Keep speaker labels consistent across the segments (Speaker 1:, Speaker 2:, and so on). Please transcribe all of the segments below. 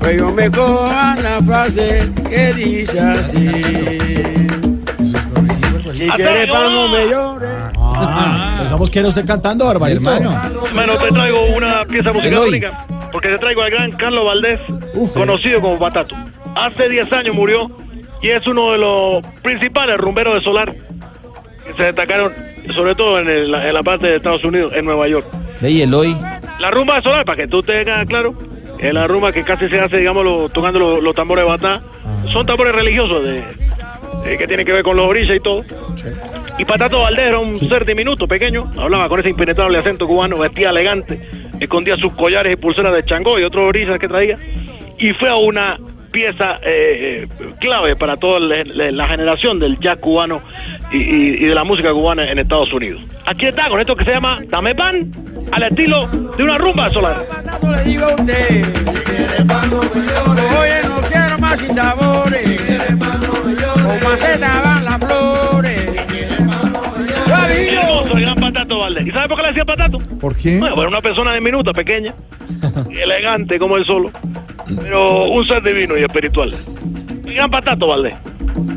Speaker 1: pero me cojan la frase que dice así. Si quieres pan no me llores.
Speaker 2: Ah, pensamos que era usted cantando, barbarito.
Speaker 3: hermano.
Speaker 4: Bueno, te traigo una pieza musical
Speaker 3: Eloy.
Speaker 4: única, porque te traigo al gran Carlos Valdés, conocido como Batato. Hace 10 años murió y es uno de los principales rumberos de Solar que se destacaron, sobre todo en, el- en la parte de Estados Unidos, en Nueva York.
Speaker 3: De ahí Eloy.
Speaker 4: La rumba de Solar, para que tú tengas claro, es la rumba que casi se hace, digamos, lo- tocando lo- los tambores de batá. Son tambores religiosos de, eh, que tienen que ver con los orillas y todo. Y Patato Valdés era un ser diminuto, pequeño, hablaba con ese impenetrable acento cubano, vestía elegante, escondía sus collares y pulseras de changó y otros orillas que traía. Y fue una pieza eh, eh, clave para toda la, la- la generación del jazz cubano y, y- y de la música cubana en Estados Unidos. Aquí está con esto que se llama Dame Pan, al estilo de una rumba solar.
Speaker 1: Batato le digo a usted. Oye, no quiero más sin sabores. Con maceta van las flores. Guavillo.
Speaker 4: Hermoso, el gran Patato Valdés. ¿Y sabes por qué le decía Patato?
Speaker 5: ¿Por qué?
Speaker 4: Bueno, era una persona diminuta, pequeña, elegante como él solo, pero un ser divino y espiritual. El gran Patato Valdés.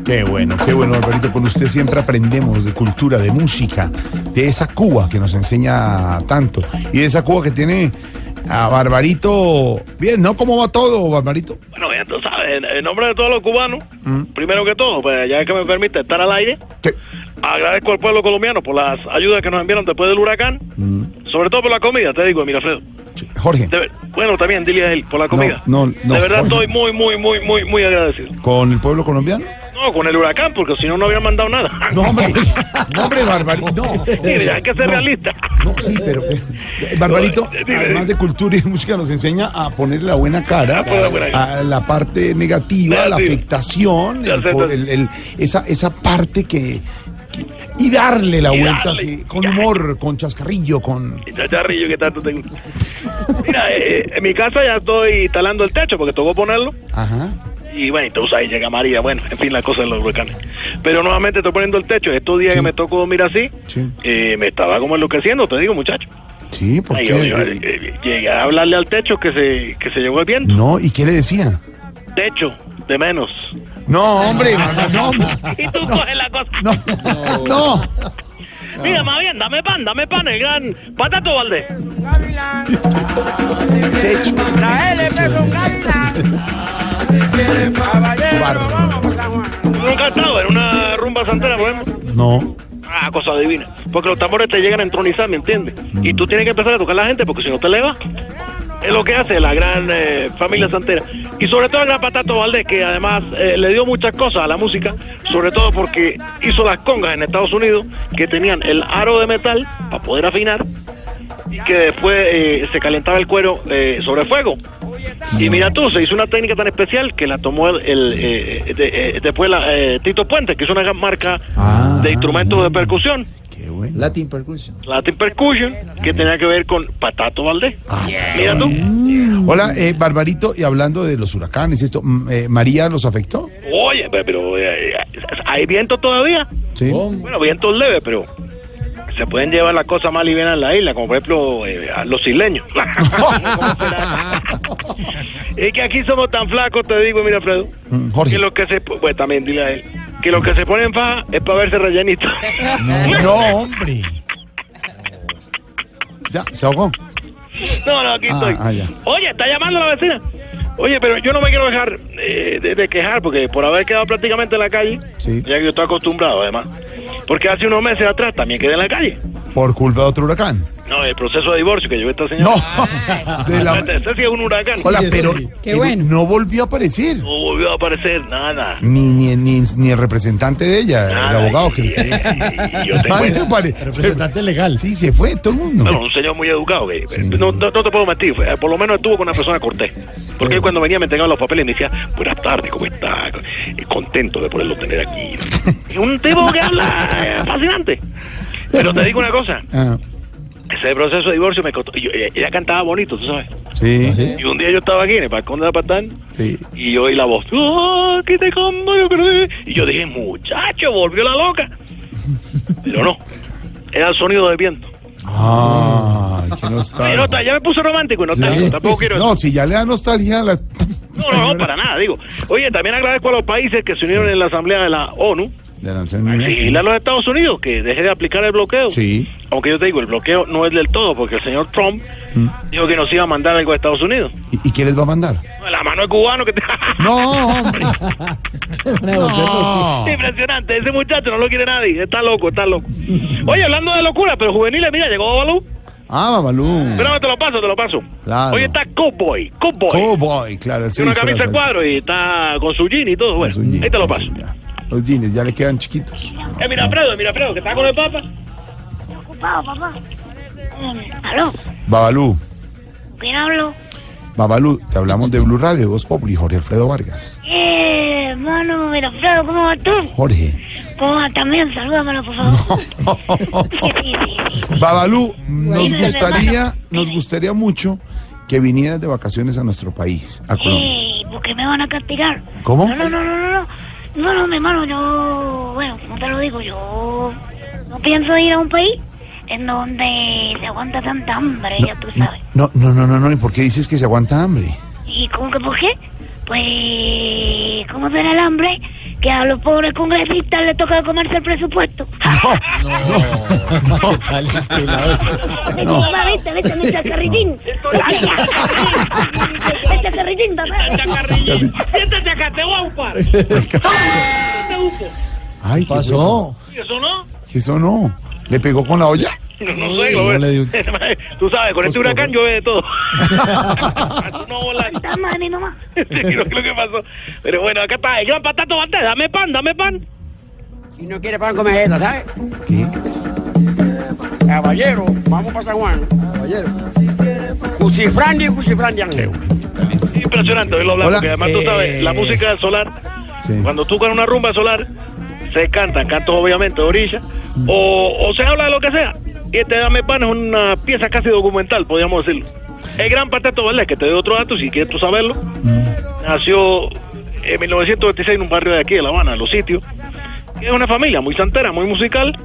Speaker 5: Qué bueno, qué bueno, Alberto. Con usted siempre aprendemos de cultura, de música, de esa Cuba que nos enseña tanto. Y de esa Cuba que tiene a Barbarito. Bien, ¿no? ¿Cómo va todo, Barbarito?
Speaker 4: Bueno, ya tú sabes, en- en nombre de todos los cubanos,
Speaker 5: Mm.
Speaker 4: primero que todo, pues ya que me permite estar al aire,
Speaker 5: Sí.
Speaker 4: agradezco al pueblo colombiano por las ayudas que nos enviaron después del huracán,
Speaker 5: Mm.
Speaker 4: sobre todo por la comida, te digo, Mirafredo.
Speaker 5: Jorge,
Speaker 4: De ver- bueno, también dile a él por la comida.
Speaker 5: no, no,
Speaker 4: de verdad
Speaker 5: Jorge.
Speaker 4: estoy muy, muy, muy, muy, muy agradecido.
Speaker 5: ¿con el pueblo colombiano?
Speaker 4: No, con el huracán, porque si no, no habrían mandado nada.
Speaker 5: No, hombre, no, hombre, Barbarito. No,
Speaker 4: Mira, hay que ser realista.
Speaker 5: no, sí, pero eh, Barbarito, además de cultura y de música, nos enseña a poner la buena cara
Speaker 4: poner Ah, la buena cara.
Speaker 5: a la parte negativa, la
Speaker 4: Negativa.
Speaker 5: afectación, el
Speaker 4: Ya sé, ya
Speaker 5: por-
Speaker 4: sé.
Speaker 5: el- el- esa, esa parte que, que- Y darle la
Speaker 4: Y
Speaker 5: vuelta
Speaker 4: darle.
Speaker 5: así, con humor, con chascarrillo, con.
Speaker 4: Y Chacharrillo, que tanto tengo. Mira, eh, en mi casa ya estoy instalando el techo porque tocó ponerlo.
Speaker 5: Ajá.
Speaker 4: Y bueno, entonces ahí llega María, bueno, en fin, la cosa de los huracanes. Pero nuevamente estoy poniendo el techo. Estos días
Speaker 5: Sí.
Speaker 4: que me tocó dormir así,
Speaker 5: Sí.
Speaker 4: eh, me estaba como enloqueciendo, te digo, muchacho.
Speaker 5: Sí, porque.
Speaker 4: Ay, yo- yo, eh, eh, llegué a hablarle al techo que se, que se llegó el viento.
Speaker 5: no, ¿y qué le decía?
Speaker 4: Techo, de menos.
Speaker 5: No, hombre,
Speaker 4: Ah.
Speaker 5: Barbarito, no,
Speaker 4: Y tú coges la cosa.
Speaker 5: no, no, no.
Speaker 4: Mira, más bien, dame pan, dame pan, el gran patato Valdés.
Speaker 1: Gavilán.
Speaker 5: Techo.
Speaker 1: La LP son gavilán. Caballero,
Speaker 5: Bárbaro.
Speaker 1: vamos por San Juan.
Speaker 4: Nunca he estado en una rumba santera, por ejemplo.
Speaker 5: No.
Speaker 4: Ah, cosa divina. Porque los tambores te llegan a entronizar, ¿me entiendes? Y tú tienes que empezar a tocar a la gente porque si no te le va. Es lo que hace la gran eh, familia santera. Y sobre todo el gran Patato Valdés, que además eh, le dio muchas cosas a la música, sobre todo porque hizo las congas en Estados Unidos, que tenían el aro de metal para poder afinar, y que después eh, se calentaba el cuero eh, sobre fuego. Y mira tú, se hizo una técnica tan especial que la tomó el, el, eh, de- eh, después la, eh, Tito Puente, que hizo una gran marca de instrumentos de percusión,
Speaker 5: Qué bueno.
Speaker 3: Latin Percussion.
Speaker 4: Latin Percussion, que tenía que ver con Patato Valdés. mira tú.
Speaker 5: Hola, eh, Barbarito, y hablando de los huracanes, y esto, mm, eh, ¿María los afectó?
Speaker 4: Oye, pe- pero eh, hay viento todavía.
Speaker 5: Sí.
Speaker 4: Bueno, vientos leves, pero se pueden llevar las cosas mal y bien a la isla, como por ejemplo eh, a los isleños. ¿Cómo será? es que aquí somos tan flacos, te digo, mira, Fredo.
Speaker 5: Mm, Jorge.
Speaker 4: Que los que se. po- Pues también, dile a él. Que los que se ponen faja es para verse rellenito.
Speaker 5: No, hombre. Ya, se ahogó.
Speaker 4: No, no, aquí
Speaker 5: Ah,
Speaker 4: estoy.
Speaker 5: ah, ya.
Speaker 4: Oye, está llamando la vecina. Oye, pero yo no me quiero dejar eh, de, de quejar porque por haber quedado prácticamente en la calle,
Speaker 5: Sí.
Speaker 4: ya que yo estoy acostumbrado además, porque hace unos meses atrás también quedé en la calle.
Speaker 5: Por culpa de otro huracán.
Speaker 4: No, el proceso de divorcio que llevó esta señora.
Speaker 5: No. De la-
Speaker 4: Este, este sí es un huracán.
Speaker 5: Hola,
Speaker 2: Sí, eso
Speaker 5: pero,
Speaker 2: sí.
Speaker 5: pero
Speaker 6: Qué bueno.
Speaker 5: no volvió a aparecer.
Speaker 4: No volvió a aparecer nada.
Speaker 5: Ni, ni, ni, ni el representante de ella, el
Speaker 4: Nada,
Speaker 5: abogado
Speaker 4: y-
Speaker 5: que
Speaker 4: y- y- y yo te
Speaker 5: Ay,
Speaker 4: cuento.
Speaker 5: no pare-
Speaker 2: Representante legal.
Speaker 5: Sí, se fue todo el mundo.
Speaker 4: Bueno, un señor muy educado, que no, no- no te puedo mentir, fue- por lo menos estuvo con una persona cortés. Porque él cuando venía me entregaba los papeles y me decía, buenas tardes, ¿cómo está? Eh, Contento de poderlo tener aquí. Es un tipo que habla eh, fascinante. Pero te digo una cosa,
Speaker 5: Ah,
Speaker 4: ese proceso de divorcio me costó. y yo- ella ella cantaba bonito, tú sabes.
Speaker 5: sí, sí.
Speaker 2: ¿Ah, sí?
Speaker 4: Y un día yo estaba aquí en el balcón de la patán y yo oí la voz, "Oh, que te como yo perdí". Y yo dije, muchacho, volvió la loca. Pero no, era el sonido del viento.
Speaker 5: Ah, qué nostalgia.
Speaker 4: Pero ta- ya me puso romántico y no
Speaker 5: Sí.
Speaker 4: tanto, tampoco quiero
Speaker 5: No, si ya le da nostalgia a las
Speaker 4: No, no, no, para nada, digo. Oye, también agradezco a los países que se unieron en la Asamblea de la ONU
Speaker 5: De la Nación
Speaker 4: a
Speaker 5: Unida, sí.
Speaker 4: exigirle a los Estados Unidos que deje de aplicar el bloqueo.
Speaker 5: Sí.
Speaker 4: Aunque yo te digo, el bloqueo no es del todo, porque el señor Trump
Speaker 5: Mm.
Speaker 4: dijo que nos iba a mandar algo a Estados Unidos.
Speaker 5: ¿Y, y qué les va a mandar?
Speaker 4: La mano de cubano que te...
Speaker 5: No, hombre.
Speaker 2: No.
Speaker 5: No.
Speaker 4: Impresionante, ese muchacho no lo quiere nadie, está loco, está loco. Oye, hablando de locura, pero juveniles, mira, llegó Babalú.
Speaker 5: Ah, Babalú.
Speaker 4: Espérame, te lo paso, te lo paso.
Speaker 5: Claro.
Speaker 4: Hoy está Cowboy, Cowboy.
Speaker 5: Cowboy, claro. el
Speaker 4: Tiene una
Speaker 5: seis
Speaker 4: camisa de
Speaker 5: corazones.
Speaker 4: cuadro y está con su jean y todo. Bueno,
Speaker 5: Su jean,
Speaker 4: ahí te lo
Speaker 5: su
Speaker 4: paso.
Speaker 5: jean. Los jeans ya le quedan chiquitos.
Speaker 4: Eh, mira, Fredo, mira, Fredo, que está con el papa.
Speaker 3: ocupado, papá. Eh, ¿Aló?
Speaker 5: Babalú,
Speaker 3: ¿Quién habló?
Speaker 5: Babalú, te hablamos de Blue Radio, Voz Populi, Jorge Alfredo Vargas.
Speaker 3: Eh, hermano, Miraflado, ¿cómo vas tú?
Speaker 5: Jorge.
Speaker 3: ¿Cómo vas también? Salúdamelo, por favor. Sí, sí, sí, sí.
Speaker 5: Babalú, nos
Speaker 3: Bueno.
Speaker 5: gustaría, nos gustaría mucho que vinieras de vacaciones a nuestro país, a Colombia.
Speaker 3: Eh, ¿por qué me van a castigar?
Speaker 5: ¿Cómo?
Speaker 3: No, no, no, no, no, no. No, no, mi hermano, yo... Bueno, no te lo digo, yo... No pienso ir a un país en donde se aguanta tanta hambre, ya tú sabes.
Speaker 5: No, no, no, no, no, ¿y por qué dices que se aguanta hambre?
Speaker 3: ¿Y cómo que por qué? Pues, ¿cómo será el hambre? Que a los pobres congresistas les toca comerse el presupuesto.
Speaker 2: ¿Qué tal el pelado este?
Speaker 3: Vete, papá, vete, vete, mi chacarritín. Vete, chacarritín, papá.
Speaker 4: Chacarrillín. Siéntate acá, te voy a upar. Te upo.
Speaker 5: Ay, ¿qué
Speaker 2: Pasó.
Speaker 4: ¿Y eso no?
Speaker 5: ¿Qué eso no? ¿Le pegó con la olla?
Speaker 4: No, no
Speaker 2: Sí,
Speaker 4: sé,
Speaker 2: no le dio
Speaker 4: güey.
Speaker 2: un-
Speaker 4: Tú sabes, con este
Speaker 2: Pues,
Speaker 4: huracán llueve de todo. Tú no volas.
Speaker 3: Está mal, mi mamá.
Speaker 4: Sí, no creo que pasó. Pero bueno, acá está el gran patato bandera. Dame pan, dame pan.
Speaker 6: Si no quiere pan, come esto, ¿sabes?
Speaker 5: ¿Qué?
Speaker 6: Caballero, vamos para San Juan. Caballero. Cusifrandi, cusifrandi.
Speaker 5: Qué bueno.
Speaker 4: Impresionante oírlo hablar,
Speaker 5: Hola.
Speaker 4: porque además tú sabes,
Speaker 5: Eh.
Speaker 4: la música solar,
Speaker 5: Sí.
Speaker 4: cuando tú con una rumba solar, se cantan, cantos obviamente de orilla, o, o se habla de lo que sea. Y este Dame Pan es una pieza casi documental, podríamos decirlo. El gran Patato Valdés, que te doy otro dato, si quieres tú saberlo, nació en 1926 en un barrio de aquí, de La Habana, Los Sitios. Y Es una familia muy santera, muy musical.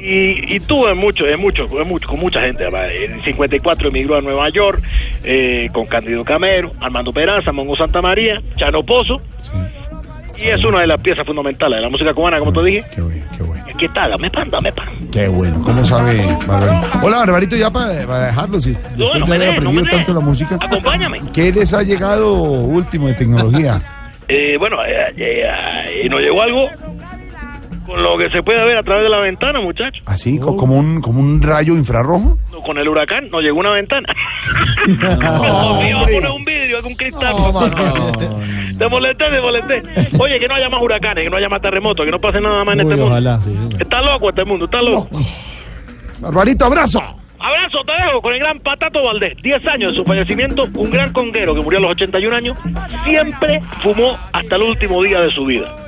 Speaker 4: Y, y tuvo en mucho, en mucho, en mucho, con mucha gente. ¿verdad? En el 54 emigró a Nueva York eh, con Candido Camero, Armando Peraza, Mongo Santa María, Chano Pozo.
Speaker 5: Sí.
Speaker 4: Y es una de las piezas fundamentales de la música cubana, como te dije.
Speaker 5: Qué bueno, qué bueno.
Speaker 4: Aquí está, dame pan, dame pan.
Speaker 5: Qué bueno, ¿cómo sabe Barbarito? Hola Barbarito, ya para, para dejarlo, si
Speaker 4: No,
Speaker 5: después
Speaker 4: no
Speaker 5: de
Speaker 4: me
Speaker 5: haber
Speaker 4: dé, no
Speaker 5: aprendido
Speaker 4: me dé.
Speaker 5: tanto la música,
Speaker 4: Acompáñame.
Speaker 5: ¿qué les ha llegado último de tecnología?
Speaker 4: Eh, bueno, eh, eh, eh, y nos llegó algo con lo que se puede ver a través de la ventana, muchachos.
Speaker 5: ¿Así?
Speaker 4: Oh.
Speaker 5: co- como, un, ¿Como un rayo infrarrojo?
Speaker 4: Con el huracán nos llegó una ventana. No, me iba a poner un vidrio, un cristal. papá. Te molesté, te molesté. Oye, que no haya más huracanes, que no haya más terremotos, que no pase nada más en
Speaker 2: Uy,
Speaker 4: este mundo.
Speaker 2: ojalá, sí, señor.
Speaker 4: Está loco este mundo, está loco.
Speaker 5: Barbarito, abrazo.
Speaker 4: Abrazo, te dejo con el gran Patato Valdés. 10 años de su fallecimiento, un gran conguero que murió a los 81 años. Siempre fumó hasta el último día de su vida.